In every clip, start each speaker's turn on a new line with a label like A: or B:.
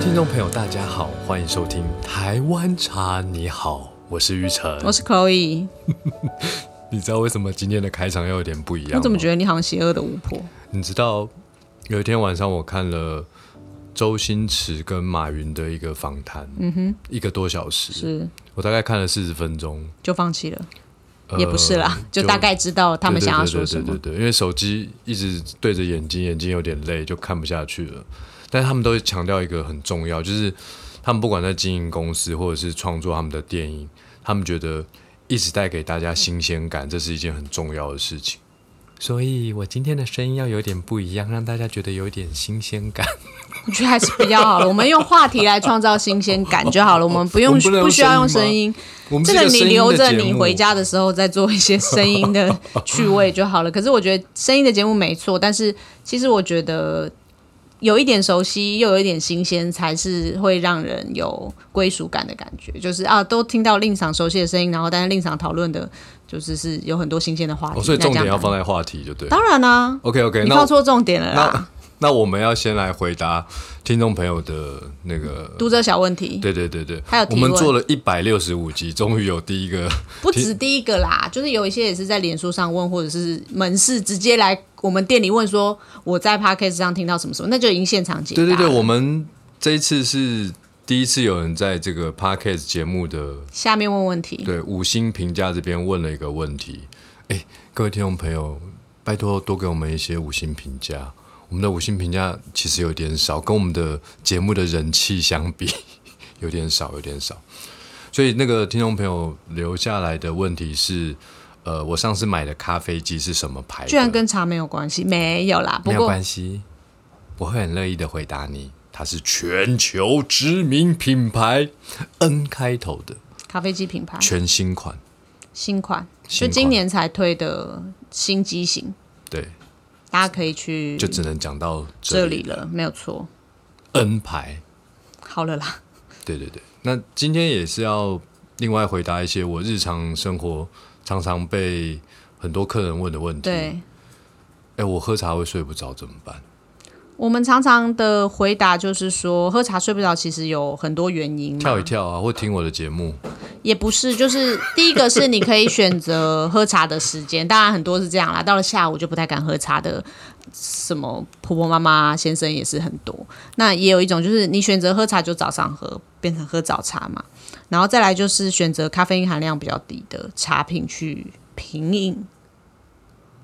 A: 听众朋友，大家好，欢迎收听《台湾茶你好》，我是玉成。
B: 我是 Chloe，
A: 你知道为什么今天的开场要有点不一样吗？
B: 我怎么觉得你好像邪恶的巫婆？
A: 你知道有一天晚上我看了周星驰跟马云的一个访谈，嗯哼，一个多小时，
B: 是
A: 我大概看了四十分钟，
B: 就放弃了，
A: 呃
B: 也不是啦， 就大概知道他们想要说什
A: 对对对对
B: 么。
A: 对对，因为手机一直对着眼睛，眼睛有点累，就看不下去了。但是他们都会强调一个很重要，就是他们不管在经营公司或者是创作他们的电影，他们觉得一直带给大家新鲜感，这是一件很重要的事情。所以我今天的声音要有点不一样，让大家觉得有点新鲜感。
B: 我觉得还是比较好了，我们用话题来创造新鲜感就好了，我们 不
A: 我
B: 用
A: 们不能用
B: 需要用
A: 声
B: 声
A: 音
B: 音。
A: 我们
B: 这
A: 是
B: 个
A: 一声
B: 你
A: 音的
B: 留着，
A: 节
B: 你
A: 目
B: 回家的时候再做一些声 音的趣味就好了。可是我觉得声音的节目没错，但是其实我觉得有一点熟悉，又有一点新鲜，才是会让人有归属感的感觉。就是啊，都听到令赏熟悉的声音，然后但是令赏讨论的，就是是有很多新鲜的话题。
A: 哦，所以
B: 那这
A: 重点
B: 样
A: 要放在话题，就对。
B: 当然啦、
A: OK OK，
B: 你
A: 那我
B: 放错重点了啦，
A: 那那我们要先来回答听众朋友的那个
B: 读者小问题。
A: 对对对对，
B: 还有
A: 我
B: 提
A: 们
B: 问
A: 做了一百六十五集，终于有第一 个，
B: 不止第一个啦，就是有一些也是在脸书上问，或者是门市直接来我们店里问说我在 podcast 上听到什么什么，那就已经现场解答
A: 对
B: 了。
A: 对对，我们这一次是第一次有人在这个 podcast 节目的
B: 下面问问题，
A: 对五星评价这边问了一个问题，哎，各位听众朋友，拜托多给我们一些五星评价，我们的五星评价其实有点少，跟我们的节目的人气相比， 有点少，有点少。所以那个听众朋友留下来的问题是，呃，我上次买的咖啡机是什么牌的？
B: 居然跟茶没有关系，没有啦。不
A: 没有
B: 过
A: 关系，我会很乐意的回答你。它是全球知名品牌 N 开头的
B: 咖啡机品牌
A: 全新款，
B: 新款，
A: 新款
B: 就今年才推的新机型，
A: 对，
B: 大家可以去
A: 就只能讲到
B: 这
A: 这
B: 里
A: 里
B: 了，没有错。
A: N 牌，
B: 好了
A: 嗯
B: 啦，
A: 对对对。那今天也是要另外回答一些我日常生活常常被很多客人问的问题。，
B: 对
A: 哎，我喝茶会睡不着怎么办？
B: 我们常常的回答就是说，喝茶睡不着其实有很多原因嘛，
A: 跳一跳啊，或听我的节目。
B: 也不是，就是第一个是你可以选择喝茶的时间，当然很多是这样啦。到了下午就不太敢喝茶的，什么婆婆妈妈、啊先生也是很多。那也有一种就是你选择喝茶就早上喝，变成喝早茶嘛。然后再来就是选择咖啡因含量比较低的茶品去品饮，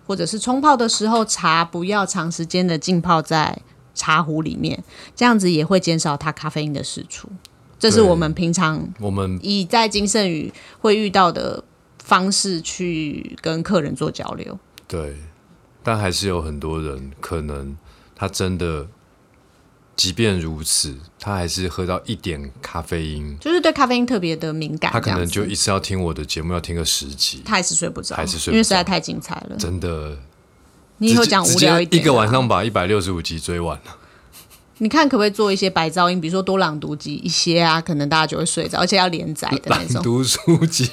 B: 或者是冲泡的时候茶不要长时间的浸泡在茶壶里面，这样子也会减少它咖啡因的释出。这是
A: 对
B: 我们平常
A: 我们
B: 以在金圣宇会遇到的方式去跟客人做交流。
A: 对，但还是有很多人可能他真的，即便如此，他还是喝到一点咖啡因，
B: 就是对咖啡因特别的敏感，
A: 他可
B: 这
A: 能
B: 样子
A: 就一次要听我的节目要听个十集，
B: 他还是睡不着，
A: 还是睡不着
B: 因为实在太精彩了。
A: 真的。
B: 你以后讲
A: 直
B: 无
A: 接
B: 聊点，啊
A: 一个晚，上把一百六十五集追完了。
B: 你看可不可以做一些白噪音，比如说多朗读集一些啊，可能大家就会睡着，而且要连载的那
A: 朗
B: 种。
A: 读书籍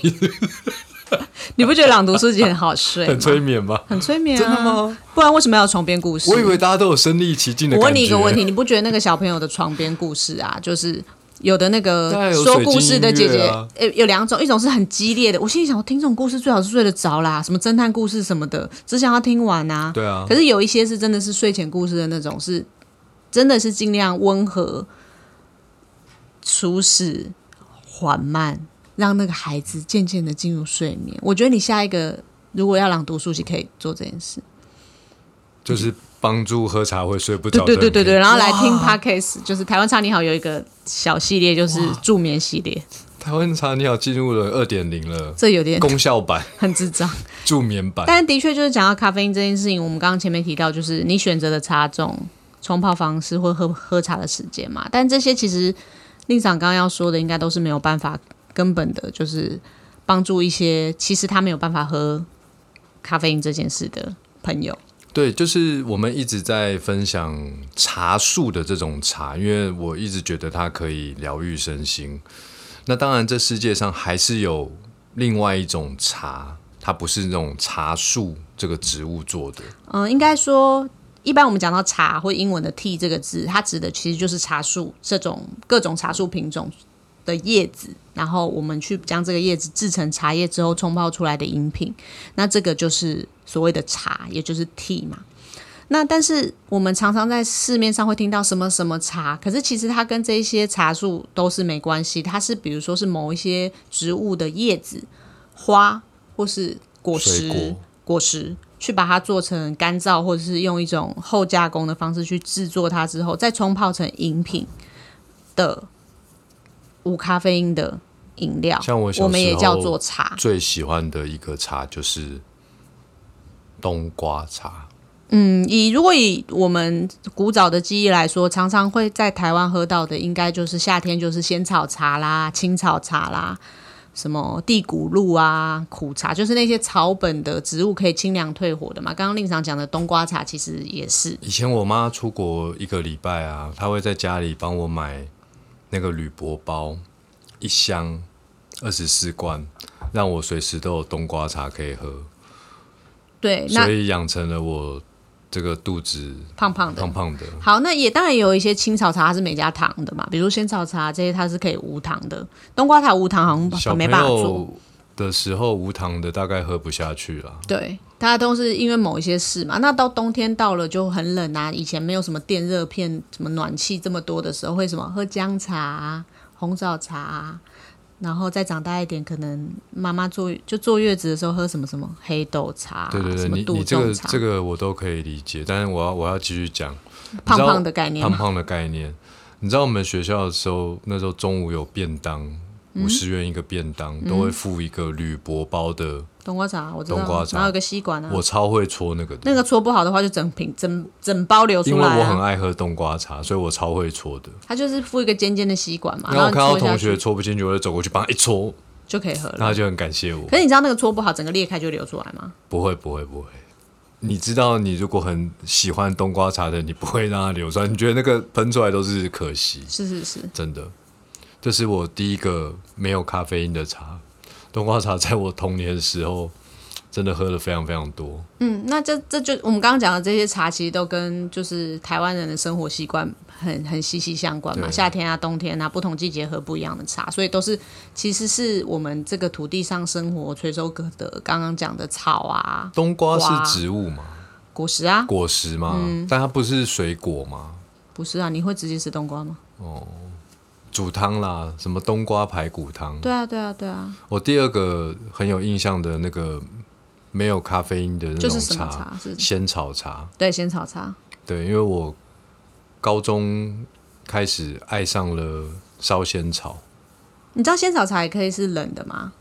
B: 你不觉得朗读书籍很好睡吗
A: 很？催眠吧？
B: 很催眠、啊，
A: 真的？吗？
B: 不然为什么要有重编故事？
A: 我以为大家都有身临其境的
B: 我
A: 感觉。
B: 问你一个问题，你不觉得那个小朋友的床边故事啊，就是有的那
A: 当然
B: 个
A: 啊有
B: 说故事的姐
A: 水晶音
B: 姐，
A: 乐啊
B: 呃，有两种，一种是很激烈的，我心里想，听这种故事最好是睡得着啦，什么侦探故事什么的，只想要听完啊。
A: 对啊
B: 可是有一些是真的是睡前故事的那种，是真的是尽量温和、舒适、缓慢，让那个孩子渐渐的进入睡眠。我觉得你下一个如果要朗读书籍，可以做这件事。
A: 就是帮助喝茶会睡不
B: 对
A: 着的
B: 对
A: 人可
B: 对
A: 以。
B: 对对，然后来听 podcast，就是台湾茶你好有一个小系列，就是助眠系列，
A: 台湾茶你好进入了二点零了，
B: 这有点
A: 功效版、
B: 很智障。
A: 助眠版。
B: 但的确就是讲到咖啡因这件事情，我们刚刚前面提到，就是你选择的茶种、冲泡方式或喝喝茶的时间嘛。但这些其实令长刚刚要说的，应该都是没有办法根本的，就是帮助一些其实他没有办法喝咖啡因这件事的朋友。
A: 对，就是我们一直在分享茶树的这种茶，因为我一直觉得它可以疗愈身心。那当然，这世界上还是有另外一种茶，它不是那种茶树这个植物做的。
B: 嗯，应该说一般我们讲到茶或英文的 tea 这个字，它指的其实就是茶树这种各种茶树品种的叶子，然后我们去将这个叶子制成茶叶之后冲泡出来的饮品，那这个就是所谓的茶，也就是 tea 嘛。那但是我们常常在市面上会听到什么什么茶，可是其实它跟这一些茶树都是没关系，它是比如说是某一些植物的叶子、花或是果实、
A: 水果
B: 果实，去把它做成干燥或者是用一种后加工的方式去制作它之后，再冲泡成饮品的无咖啡因的饮料，
A: 像我小时候
B: 我们也叫做茶。
A: 最喜欢的一个茶就是冬瓜茶，
B: 嗯，以如果以我们古早的记忆来说，常常会在台湾喝到的，应该就是夏天就是仙草茶啦、青草茶啦，什么地骨露啊、苦茶，就是那些草本的植物可以清凉退火的嘛。刚刚令长讲的冬瓜茶其实也是，
A: 以前我妈出国一个礼拜啊，她会在家里帮我买那个铝箔包，一箱二十四罐，让我随时都有冬瓜茶可以喝，
B: 对，那
A: 所以养成了我这个肚子
B: 胖胖的
A: 胖。胖的。
B: 好，那也当然有一些青草茶它是没加糖的嘛，比如仙草茶这些它是可以无糖的，冬瓜茶无糖好
A: 小
B: 像没
A: 朋
B: 办法做。
A: 友的时候无糖的大概喝不下去了，
B: 对，大家都是因为某一些事嘛。那到冬天到了就很冷啊，以前没有什么电热片、什么暖气这么多的时候，会什么喝姜茶啊、红枣茶啊，然后再长大一点，可能妈妈坐就坐月子的时候喝什么什么黑豆茶啊、
A: 对对对，
B: 什么
A: 你
B: 杜
A: 你这个
B: 仲茶，
A: 这个我都可以理解，但是我要我要继续讲，
B: 胖
A: 你知道
B: 胖的概念啊
A: 胖
B: 嘛。
A: 胖的概念。你知道我们学校的时候，那时候中午有便当，
B: 嗯
A: 五十、元一个便当，都会附一个铝箔包的。
B: 冬瓜茶我知道，
A: 冬瓜茶
B: 然后有个吸管啊，
A: 我超会搓那个的，
B: 那个搓不好的话就整瓶整整包流
A: 因
B: 出
A: 为
B: 来、啊。
A: 我很爱喝冬瓜茶，所以我超会搓的。
B: 它就是附一个尖尖的吸管嘛，
A: 然后我
B: 你
A: 看到
B: 戳下
A: 同学
B: 去嗯
A: 搓不进去，我就走过去帮他一搓，
B: 就可以喝
A: 然后
B: 了
A: 他。就很感谢我
B: 可。是你知道那个搓不好，整个裂开就流出来吗？
A: 不会，不会，不会。你知道，你如果很喜欢冬瓜茶的，你不会让它流出来，你觉得那个喷出来都是可惜。
B: 是是是，
A: 真的，这是我第一个没有咖啡因的茶。冬瓜茶在我童年的时候，真的喝了非常非常多。
B: 嗯，那这这就我们刚刚讲的这些茶，其实都跟就是台湾人的生活习惯很很息息相关嘛。
A: 对
B: 夏天啊，冬天啊，不同季节喝不一样的茶，所以都是其实是我们这个土地上生活垂手可得。刚刚讲的草啊、
A: 冬瓜
B: 哇
A: 是植物吗？
B: 果实啊，
A: 果实吗？但它不是水果吗？
B: 不是啊，你会直接吃冬瓜吗？
A: 煮汤啦，什么冬瓜排骨汤。
B: 对啊，对啊，对啊，
A: 我第二个很有印象的那个没有咖啡因的那
B: 就是
A: 种
B: 什么
A: 茶，
B: 茶是？
A: 仙草茶。
B: 对，仙草茶。
A: 对，因为我高中开始爱上了烧仙草，
B: 你知道仙草茶也可以是冷的吗？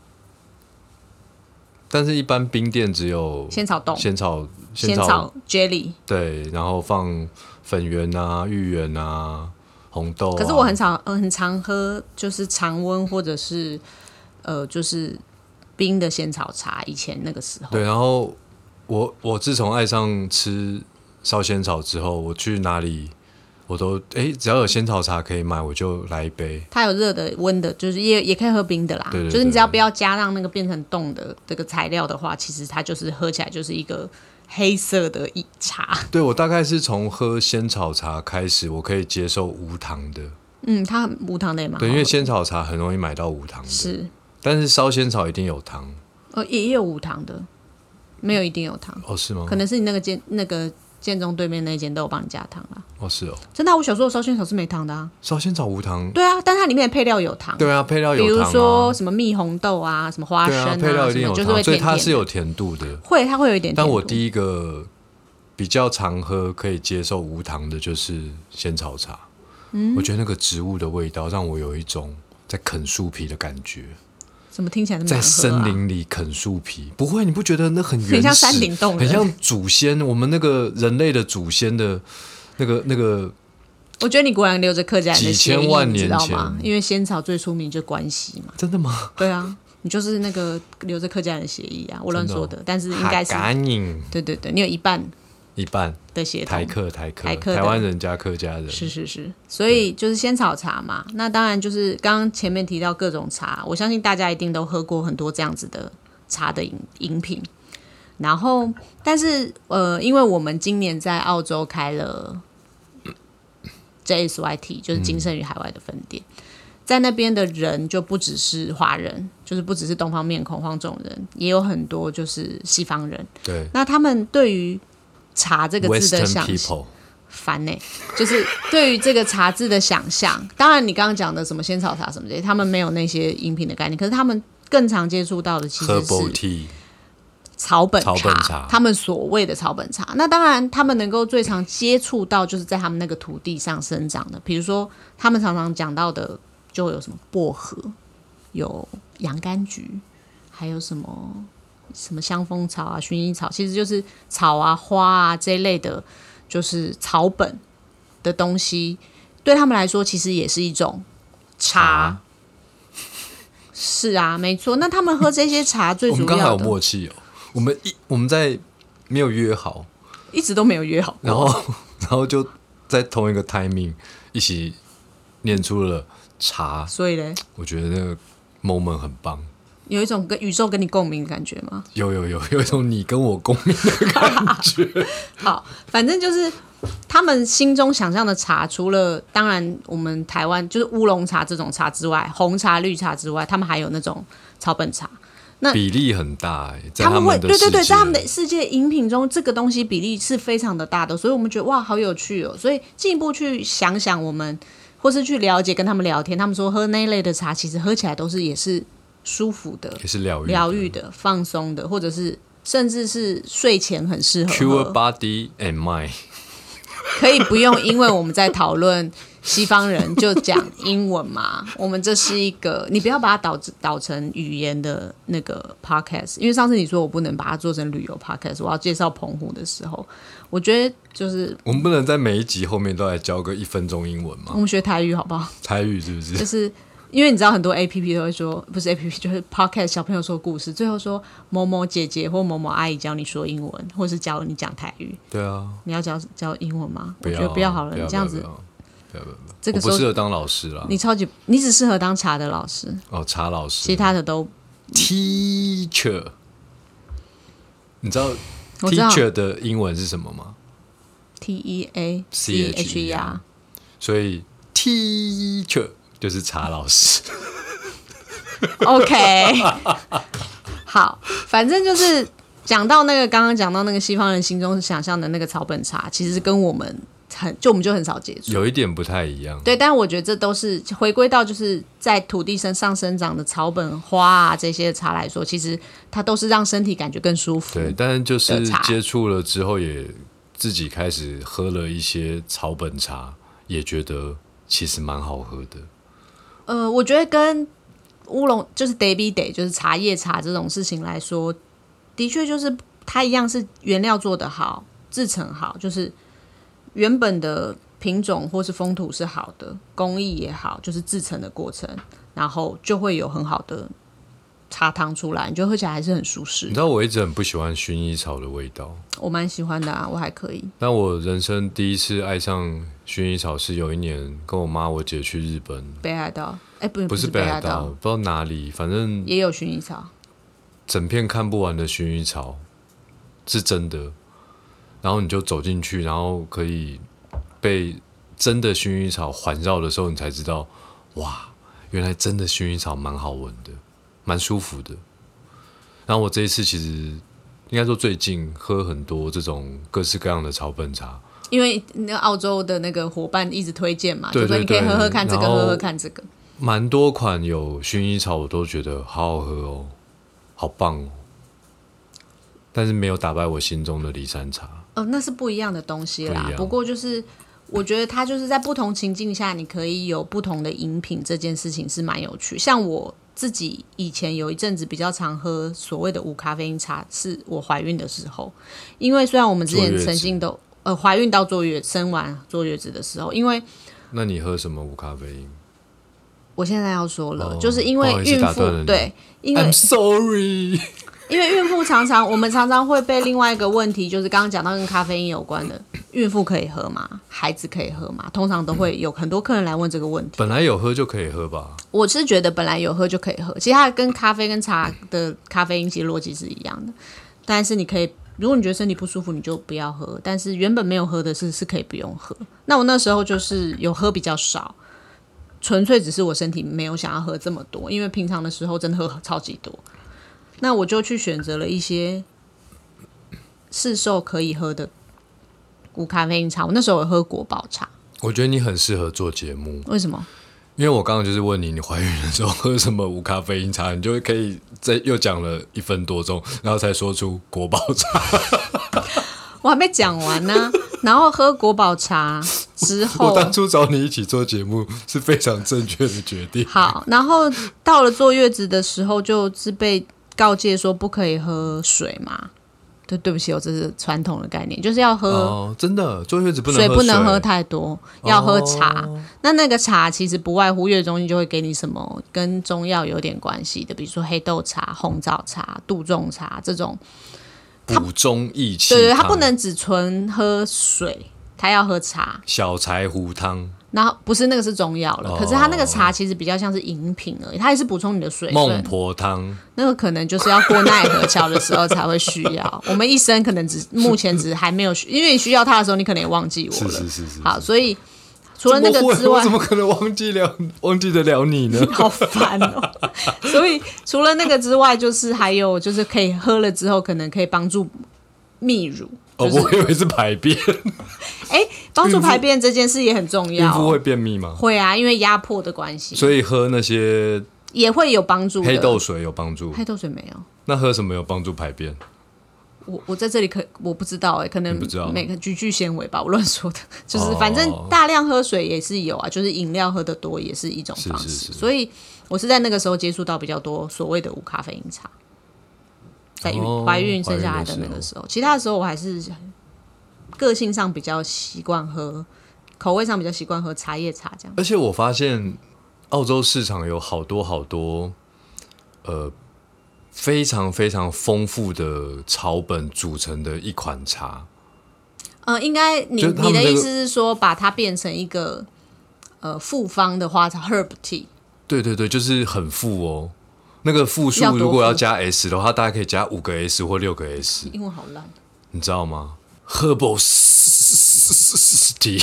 A: 但是一般冰店只有
B: 仙草冻、
A: 仙草
B: 仙
A: 仙
B: 草 jelly，
A: 对，然后放粉圆啊、芋圆啊、红豆啊、
B: 可是我很少，嗯、很常喝，就是常温或者是呃，就是冰的仙草茶。以前那个时候，
A: 对，然后我我自从爱上吃烧仙草之后，我去哪里我都哎，只要有仙草茶可以买，我就来一杯。
B: 它有热的、温的，就是也也可以喝冰的啦。
A: 对对对
B: 就是你只要不要加让那个变成冻的这个材料的话，其实它就是喝起来就是一个黑色的一茶。
A: 对我大概是从喝仙草茶开始，我可以接受无糖的。
B: 嗯，它无糖的也蛮好
A: 对，
B: 的
A: 因为仙草茶很容易买到无糖的，
B: 是
A: 但是烧仙草一定有糖
B: 呃也也有无糖的，没有一定有糖，
A: 哦，是吗
B: 可？能是你那个建那个建中对面那间都有帮你加糖啦。
A: 哦，是哦，
B: 真的啊、我小时候烧仙草是没糖的啊。
A: 烧仙草无糖，
B: 对啊，但它里面的配料有糖。
A: 对啊，配料有
B: 比
A: 糖、
B: 如
A: 啊，
B: 说什么蜜红豆啊，什么花
A: 对
B: 生
A: 啊，配料一定
B: 什
A: 有
B: 么，就
A: 糖，
B: 是会
A: 所以
B: 甜
A: 它
B: 甜
A: 是
B: 的。
A: 有甜度的。
B: 会，它会有一点甜
A: 但我
B: 度
A: 第一个比较常喝、可以接受无糖的，就是仙草茶。
B: 嗯
A: 我觉得那个植物的味道让我有一种在啃树皮的感觉，
B: 怎么听起来这么
A: 在
B: 难喝啊
A: 森林里啃树皮。不会，你不觉得那很原始，
B: 很像山顶洞人
A: 很像祖先，我们那个人类的祖先的那个那个
B: 我觉得你果然留着客家人的
A: 几千
B: 血
A: 万
B: 印，你知
A: 年
B: 道
A: 前
B: 吗？因为仙草最出名就关系嘛。
A: 真的吗？
B: 对啊，你就是那个留着客家人的血议啊，我乱
A: 真的
B: 说
A: 哦
B: 的，但是应该是
A: 哈嘎宁
B: 对对对，你有一半
A: 一半
B: 的血
A: 台
B: 统。
A: 客台客
B: 台客的
A: 台湾人加客家人
B: 是是是，所以就是仙草茶嘛。那当然就是刚刚前面提到各种茶，我相信大家一定都喝过很多这样子的茶的饮饮品。然后，但是呃，因为我们今年在澳洲开了 JSYT，就是
A: 嗯
B: 金盛与海外的分店，在那边的人就不只是华人，就是不只是东方面孔、黄种人，也有很多就是西方人。
A: 对
B: 那他们对于“茶”这个字
A: ，Western
B: 的想
A: people，
B: 烦呢、就是对于这个茶字的想象，当然你刚刚讲的什么仙草茶什么这些，他们没有那些饮品的概念，可是他们更常接触到的其实
A: 喝 b
B: 是
A: tea，
B: 草本茶，
A: 草本茶
B: 他们所谓的草本茶。那当然，他们能够最常接触到就是在他们那个土地上生长的，比如说他们常常讲到的，就有什么薄荷，有洋甘菊，还有什么什么香蜂草啊、薰衣草，其实就是草啊、花啊这一类的，就是草啊本的东西，对他们来说其实也是一种茶。 是啊，没错。那他们喝这些茶最
A: 我
B: 主
A: 们刚
B: 要
A: 好
B: 的，
A: 有默契哦，我们一我们在没有约好，
B: 一直都没有约好过。
A: 然后 然后就在同一个 timing 一起念出了茶，
B: 所以嘞，
A: 我觉得那个 moment 很棒。
B: 有一种跟宇宙跟你共鸣的感觉吗？
A: 有有有，有一种你跟我共鸣的感觉。
B: 好，反正就是他们心中想象的茶，除了当然我们台湾就是乌龙茶这种茶之外，红茶、绿茶之外，他们还有那种草本茶。
A: 比例很大、欸， 在
B: 他们会
A: 的
B: 对对对，
A: 世
B: 在他们
A: 界
B: 的世界饮品中，这个东西比例是非常的大的，所以我们觉得哇，好有趣哦。所以进一步去想想我们，或是去了解跟他们聊天，他们说喝那一类的茶，其实喝起来都是也是舒服的，
A: 也是疗愈的
B: 疗愈的、放松的，或者是甚至是睡前很适合
A: Cure
B: 喝，
A: body and mind，
B: 可以不用因为我们在讨论西方人就讲英文嘛。我们这是一个，你不要把它导致导成语言的那个 podcast，因为上次你说我不能把它做成旅游 podcast，我要介绍澎湖的时候，我觉得就是
A: 我们不能在每一集后面都来教个一分钟英文吗
B: 我？们学台语好不好？
A: 台语是不 是？
B: 就是因为你知道很多 A P P 都会说，不是 A P P 就是 Podcast 小朋友说故事，最后说某某姐姐或某某阿姨教你说英文，或是教你讲台语，
A: 对啊，
B: 你要教教英文吗？
A: 不
B: 我
A: 要啊
B: 觉得不要好了，
A: 不要
B: 你这样
A: 不
B: 子
A: 要不要不要不要
B: 这个
A: 我
B: 时候
A: 不适合当老师啦。
B: 你超级你只适合当茶的老师，
A: 哦，查老师，
B: 其他的都
A: teacher，你知道
B: 我知道
A: teacher 的英文是什么吗？
B: T E A
A: C H E
B: E
A: R
B: R。
A: 所以 teacher 就是查老 师。
B: OK，好，反正就是讲到那个刚刚讲到那个西方人心中想象的那个草本茶，其实跟我们很就我们就很少接触。
A: 有一点不太一样，
B: 对，但我觉得这都是回归到就是在土地身上生长的草本花啊这些茶来说，其实它都是让身体感觉更舒服。
A: 对，但是就是
B: 的茶
A: 接触了之后，也自己开始喝了一些草本茶，也觉得其实蛮好喝的。
B: 呃，我觉得跟乌龙就是 day by day 就是茶叶茶这种事情来说，的确就是它一样是原料做得好，制成好，就是原本的品种或是风土是好的，工艺也好，就是制成的过程，然后就会有很好的茶汤出来，你就喝起来还是很舒适
A: 你。知道我一直很不喜欢薰衣草的味道，
B: 我蛮喜欢的啊，我还可以。
A: 但我人生第一次爱上薰衣草是有一年跟我妈我姐去日本，
B: 北海道，哎、不，
A: 不
B: 是
A: 是北海
B: 海
A: 道，不知道哪里，反正
B: 也有薰衣草，
A: 整片看不完的薰衣草是真的，然后你就走进去，然后可以被真的薰衣草环绕的时候，你才知道，哇，原来真的薰衣草蛮好闻的，蛮舒服的。然后我这一次其实应该说最近喝很多这种各式各样的草本茶，
B: 因为那澳洲的那个伙伴一直推荐嘛，
A: 对
B: 就说你可以
A: 对对
B: 喝喝看这个，
A: 然后
B: 喝喝看这个。
A: 蛮多款有薰衣草，我都觉得好好喝哦，好棒哦，但是没有打败我心中的骊山茶。
B: 哦，那是不一样的东西
A: 不
B: 啦
A: 一。样
B: 不过就是，我觉得它就是在不同情境下，你可以有不同的饮品，这件事情是蛮有趣。像我自己以前有一阵子比较常喝所谓的无咖啡因茶，是我怀孕的时候。因为虽然我们之
A: 坐
B: 前
A: 月子
B: 曾经都呃怀孕到坐月生完坐月子的时候，因为
A: 那你喝什么无咖啡因
B: 我现在要说了，
A: 哦
B: 就是因
A: 不好
B: 为
A: 意思
B: 孕
A: 打
B: 妇
A: 断了你
B: 对，因为
A: ？I'm sorry，
B: 因为孕妇常常，我们常常会被另外一个问题，就是刚刚讲到跟咖啡因有关的孕妇可以喝吗？孩子可以喝吗？通常都会有很多客人来问这个问题。
A: 本来有喝就可以喝吧？
B: 我是觉得本来有喝就可以喝，其实它跟咖啡跟茶的咖啡因其实逻辑是一样的，但是你可以。如果你觉得身体不舒服，你就不要喝。但是原本没有喝的是是可以不用喝。那我那时候就是有喝比较少，纯粹只是我身体没有想要喝这么多，因为平常的时候真的喝超级多。那我就去选择了一些市售可以喝的无咖啡因茶。我那时候有喝国宝茶，
A: 我觉得你很适合做节目，
B: 为什么？
A: 因为我刚刚就是问你，你怀孕的时候喝什么无咖啡因茶， 你就可以再又讲了一分多钟，然后才说出国宝茶。
B: 我还没讲完呢、 然后喝国宝茶之后
A: 我，当初找你一起做节目是非常正确的决定。
B: 好，然后到了坐月子的时候，就是被告诫说不可以喝水嘛。对，对不起，我这是传统的概念，就是要喝
A: 哦，真的，坐月子不能
B: 水，
A: 喝
B: 嗯不能喝太多，要喝茶。
A: 哦
B: 那那个茶其实不外乎月子中心就会给你什么跟中药有点关系的，比如说黑豆茶、红枣茶、杜仲茶这种。
A: 补中益气。
B: 对对，它不。能只纯喝水，它要喝茶。
A: 小柴胡汤，
B: 然后不是那个是中药了，
A: 哦
B: 可是它那个茶其实比较像是饮品而已，它也是补充你的水
A: 孟
B: 分。
A: 婆汤，
B: 那个可能就是要过奈何桥的时候才会需要。我们一生可能只目前只还没有需，因为你需要它的时候，你可能也忘记我
A: 是
B: 了。
A: 是是是。
B: 好，所以除了那个
A: 怎么会
B: 之外
A: 我怎，么可能忘记了忘记得了你呢？
B: 好烦哦。所以除了那个之外，就是还有就是可以喝了之后，可能可以帮助泌乳，
A: 哦，
B: 就是
A: 我以为是排便，
B: 哎帮助排便这件事也很重
A: 孕
B: 要
A: 妇
B: 哦。
A: 会便秘吗？
B: 会啊，因为压迫的关系，
A: 所以喝那些
B: 也会有帮助的。
A: 黑豆水有帮助，
B: 黑豆水没有。
A: 那喝什么有帮助排便？
B: 我我在这里可我不知道哎、可能
A: 不知道
B: 每个菊苣纤维吧，我乱说的，就是
A: 哦
B: 反正大量喝水也是有啊，就是饮料喝的多也是一种
A: 是
B: 方式，
A: 是是
B: 所以我是在那个时候接触到比较多所谓的无咖啡因茶，在孕
A: 哦
B: 怀、孕生下来
A: 怀
B: 的
A: 孕的时
B: 那
A: 候
B: 个时候，其他的时候我还是个性上比较习惯喝，口味上比较习惯喝茶叶茶这样，
A: 而且我发现澳洲市场有好多好多，呃，非常非常丰富的草本组成的一款茶，
B: 呃，应该你
A: 就是他
B: 你
A: 们
B: 的
A: 这个
B: 意思是说把它变成一个呃复方的花茶 herb tea。
A: 对对对，就是很富哦。那个复
B: 要
A: 数
B: 多
A: 如果要
B: 富
A: 加 S 的话，大概可以加五个 S 或六个 S。
B: 英文好烂，
A: 你知道吗？Herbal City，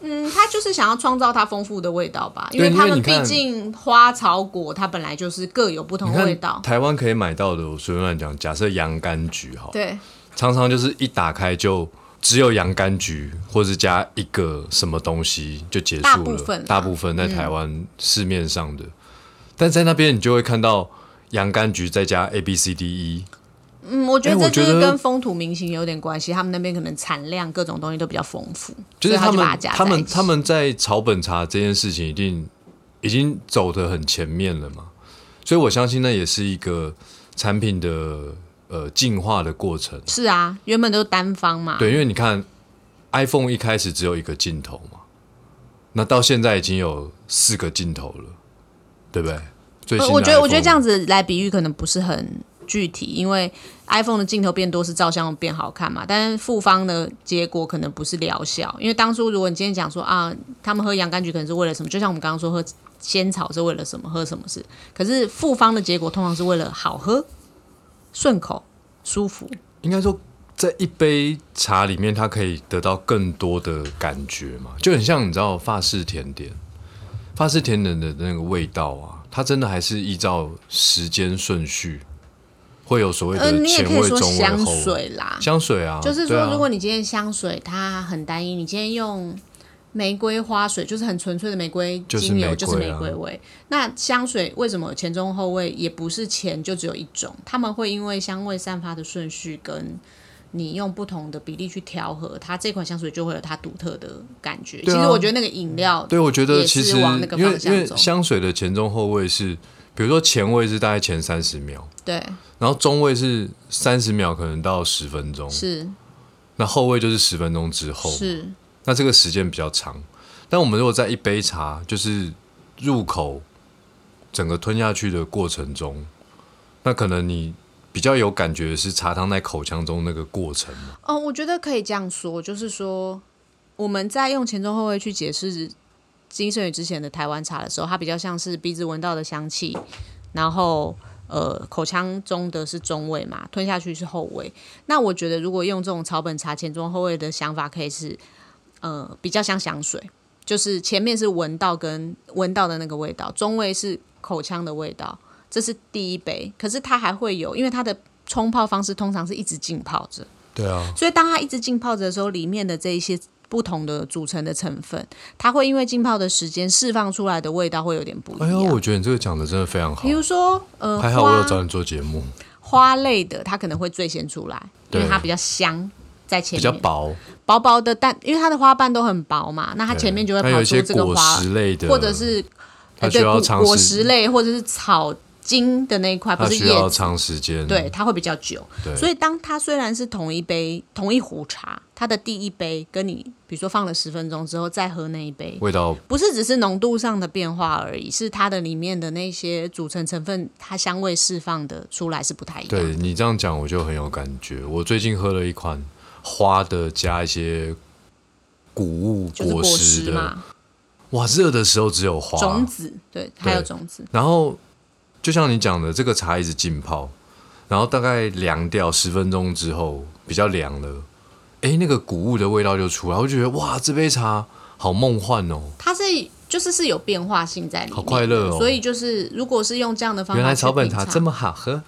B: 嗯，他就是想要创造它丰富的味道吧，因
A: 对
B: 为他
A: 因为
B: 们
A: 你
B: 毕
A: 看
B: 竟花草果它本来就是各有不同
A: 你
B: 的味
A: 看
B: 道，
A: 台湾可以买到的，我随便乱讲，假设洋甘菊哈，
B: 对，
A: 常常就是一打开就只有洋甘菊，或是加一个什么东西就结束了，
B: 大部分啦啊
A: 大部分在台湾市面上的，但在那边你就会看到洋甘菊再加 A B C D E，
B: 嗯，我觉
A: 哎
B: 得
A: 我
B: 这就
A: 觉
B: 是
A: 得
B: 跟风土民情有点关系，他们那边可能产量各种东西都比较丰富，
A: 就是
B: 所以他
A: 他们
B: 把它加
A: 他
B: 在一
A: 们
B: 起
A: 他们在草本茶这件事情一定已经走得很前面了嘛，所以我相信那也是一个产品的呃进化的过程。
B: 是啊，原本都是单方嘛，
A: 对，因为你看 iPhone 一开始只有一个镜头嘛，那到现在已经有四个镜头了，对不对？最
B: 呃
A: 新的
B: 我觉得我
A: iPhone
B: 觉得这样子来比喻可能不是很具体，因为 iPhone 的镜头变多是照相变好看嘛，但是复方的结果可能不是疗效，因为当初如果你今天讲说啊，他们喝洋甘菊可能是为了什么，就像我们刚刚说喝仙草是为了什么，喝什么是，可是复方的结果通常是为了好喝、顺口、舒服。
A: 应该说，在一杯茶里面，它可以得到更多的感觉嘛，就很像你知道法式甜点，法式甜点的那个味道啊，它真的还是依照时间顺序，会有所谓的
B: 嗯，你也
A: 前
B: 可以
A: 味、
B: 说
A: 中味、
B: 香
A: 后味。
B: 水啦，
A: 香水啊，
B: 就是
A: 对
B: 说，
A: 啊
B: 如果你今天香水它很单一，你今天用玫瑰花水，就是很纯粹的玫瑰
A: 就是
B: 精油，
A: 玫
B: 就是
A: 瑰
B: 玫
A: 啊
B: 瑰味。那香水为什么前中后味也不是前就只有一种？他们会因为香味散发的顺序跟你用不同的比例去调和，它这款香水就会有它独特的感觉。其
A: 啊
B: 实我觉得那个饮料，
A: 对，啊我觉得其
B: 也
A: 实
B: 是往那个
A: 因为
B: 方
A: 因
B: 向
A: 为
B: 走。
A: 香水的前中后味是，比如说前味是大概前三十秒，
B: 对，
A: 然后中味是三十秒，可能到十分钟，
B: 是
A: 那后味就是十分钟之后，
B: 是，
A: 那这个时间比较长。但我们如果在一杯茶就是入口整个吞下去的过程中，那可能你比较有感觉的是茶汤在口腔中那个过程嘛。
B: 哦，我觉得可以这样说，就是说我们在用前中后味去解释金圣宇之前的台湾茶的时候，它比较像是鼻子闻到的香气，然后呃口腔中的是中味嘛，吞下去是后味。那我觉得如果用这种草本茶前中后味的想法，可以是呃比较像香水，就是前面是闻到跟闻到的那个味道，中味是口腔的味道，这是第一杯。可是它还会有，因为它的冲泡方式通常是一直浸泡着。
A: 对啊，
B: 所以当它一直浸泡着的时候，里面的这一些不同的组成的成分，它会因为浸泡的时间释放出来的味道会有点不
A: 哎
B: 一
A: 呦，
B: 样。
A: 我觉得你这个讲的真的非常好
B: 比，如说，呃，
A: 还好我有
B: 花
A: 找你做节目，
B: 花类的，它可能会最先出来，因为
A: 对
B: 它比较香，在前
A: 比
B: 面
A: 较薄，
B: 薄薄的但因为它的花瓣都很薄嘛，那它
A: 对
B: 前面就会
A: 它嗯有
B: 跑
A: 一
B: 出
A: 些
B: 这个
A: 果
B: 花，
A: 实类的，
B: 或者是
A: 它
B: 呃
A: 需
B: 对
A: 要
B: 果
A: 尝
B: 果
A: 试
B: 实类，或者是草茎的那一块，不
A: 它
B: 是
A: 需要
B: 叶子，
A: 长时间，
B: 对，它会比较久。
A: 嗯对，
B: 所以，当它虽然是同一杯、同一壶茶，它的第一杯跟你，比如说放了十分钟之后再喝那一杯，
A: 味道
B: 不是只是浓度上的变化而已，是它的里面的那些组成成分，它香味释放的出来是不太一样。
A: 对你这样讲，我就很有感觉。我最近喝了一款花的，加一些谷物
B: 就是
A: 果
B: 果
A: 实
B: 实
A: 的，
B: 嘛，
A: 哇，热的时候只有花，
B: 种子对，还有种子，
A: 然后就像你讲的，这个茶一直浸泡，然后大概凉掉十分钟之后，比较凉了，诶，那个谷物的味道就出来，我就觉得哇，这杯茶好梦幻哦。
B: 它是就是是有变化性在里面的，
A: 好快乐哦
B: 所以就是如果是用这哦样的方法，
A: 原来草本茶这么好喝，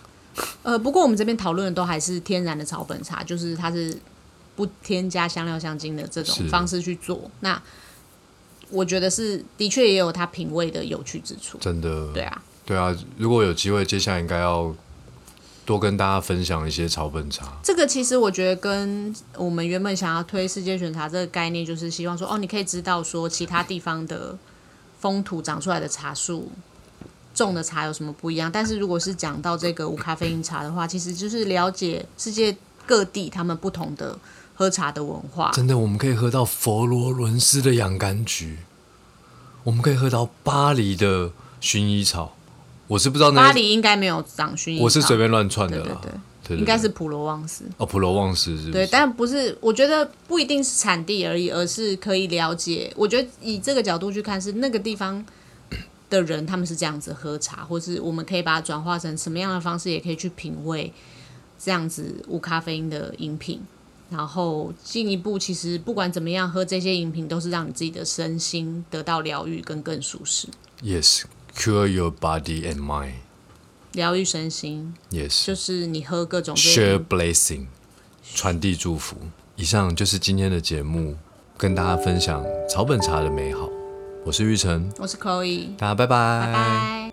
B: 呃，不过我们这边讨论的都还是天然的草本茶，就是它是不添加香料、香精的这种
A: 是
B: 方式去做。那我觉得是的确也有它品味的有趣之处。
A: 真的。
B: 对啊，
A: 对啊，如果有机会，接下来应该要多跟大家分享一些草本茶。
B: 这个其实我觉得跟我们原本想要推世界选茶这个概念，就是希望说，哦，你可以知道说其他地方的风土长出来的茶树种的茶有什么不一样。但是如果是讲到这个无咖啡因茶的话，其实就是了解世界各地他们不同的喝茶的文化。
A: 真的，我们可以喝到佛罗伦斯的洋甘菊，我们可以喝到巴黎的薰衣草。我是不知道那
B: 巴，黎应该没有长薰衣草，
A: 我是随便乱窜的
B: 对
A: 啦。
B: 对
A: 对
B: 对，
A: 对
B: 应该是普罗旺斯。
A: 哦，普罗旺斯是不
B: 对，
A: 是？
B: 但不是，我觉得不一定是产地而已，而是可以了解。我觉得以这个角度去看，是那个地方的人他们是这样子喝茶，或是我们可以把它转化成什么样的方式，也可以去品味这样子无咖啡因的饮品。然后进一步，其实不管怎么样，喝这些饮品都是让你自己的身心得到疗愈跟更舒适，
A: Yes, cure your body and mind.
B: 疗愈身心
A: Yes,
B: 就是你喝各种这些
A: share blessing，传递祝福。以上就是今天的节目，跟大家分享草本茶的美好。我是玉成，
B: 我是 Chloe，
A: 大家拜拜，
B: 拜拜。